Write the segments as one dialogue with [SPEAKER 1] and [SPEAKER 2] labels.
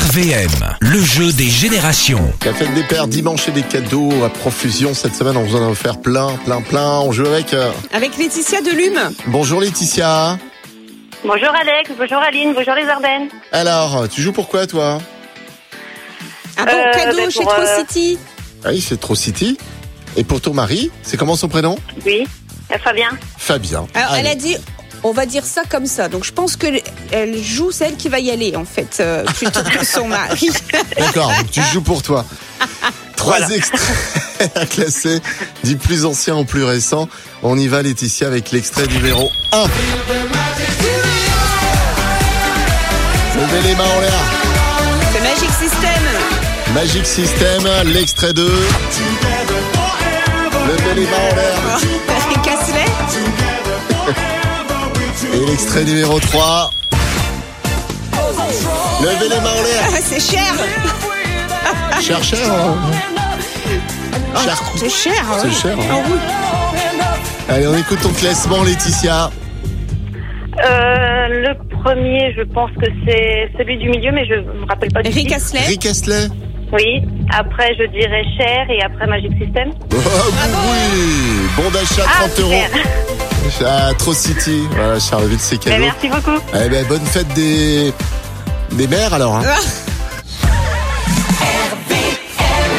[SPEAKER 1] RVM, le jeu des générations.
[SPEAKER 2] La fête des pères dimanche et des cadeaux à profusion cette semaine. On vous en a offert plein, plein, plein. On joue avec. euh,
[SPEAKER 3] Avec Laetitia Delume.
[SPEAKER 2] Bonjour Laetitia.
[SPEAKER 4] Bonjour Alex, bonjour Aline, bonjour les Ardennes.
[SPEAKER 2] Alors, tu joues pour quoi toi
[SPEAKER 3] Ah bon,
[SPEAKER 4] Euh,
[SPEAKER 3] cadeau
[SPEAKER 4] ben,
[SPEAKER 3] chez
[SPEAKER 4] pour,
[SPEAKER 3] Trocity.
[SPEAKER 4] euh,
[SPEAKER 3] City.
[SPEAKER 2] Ah Oui, c'est Trop City. Et pour ton mari, c'est comment son prénom
[SPEAKER 4] Oui, euh, Fabien.
[SPEAKER 2] Fabien.
[SPEAKER 3] Alors,
[SPEAKER 2] Allez.
[SPEAKER 3] elle a dit, on va dire ça comme ça. Donc, je pense que elle joue celle qui va y aller, en fait, euh, plutôt que son mari.
[SPEAKER 2] D'accord, donc tu joues pour toi. Trois extraits à classer, du plus ancien au plus récent. On y va Laetitia avec l'extrait numéro 1. Levez les mains en l'air.
[SPEAKER 3] Le Magic System.
[SPEAKER 2] Magic System, l'extrait 2. Levez les mains en l'air.
[SPEAKER 3] Patrick Casslet.
[SPEAKER 2] Et l'extrait numéro 3. Levez les mains en l'air.
[SPEAKER 3] Ah, C'est cher.
[SPEAKER 2] Cher, cher. hein. Cher.
[SPEAKER 3] C'est cher.
[SPEAKER 2] C'est
[SPEAKER 3] hein.
[SPEAKER 2] cher. hein.
[SPEAKER 3] Ah oui.
[SPEAKER 2] Allez, on écoute ton classement, Laetitia.
[SPEAKER 4] Euh, le premier, je pense que c'est celui du milieu, mais je me rappelle pas du
[SPEAKER 3] Rick
[SPEAKER 4] titre.
[SPEAKER 3] Asselet.
[SPEAKER 2] Rick Astley.
[SPEAKER 4] Oui, après je dirais Cher et après Magic System.
[SPEAKER 2] Oh, oui. Bon d'achat, 30 euros.
[SPEAKER 4] Ah, super.
[SPEAKER 2] À Trop City. Voilà, Charleville, c'est
[SPEAKER 4] Ben,
[SPEAKER 2] cadeau.
[SPEAKER 4] merci beaucoup.
[SPEAKER 2] Eh ben, bonne fête des. des mères, alors. hein.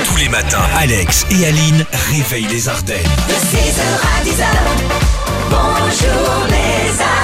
[SPEAKER 1] Tous les matins, Alex et Aline réveillent les Ardennes.
[SPEAKER 5] De 6h à 10h, bonjour les Ardennes.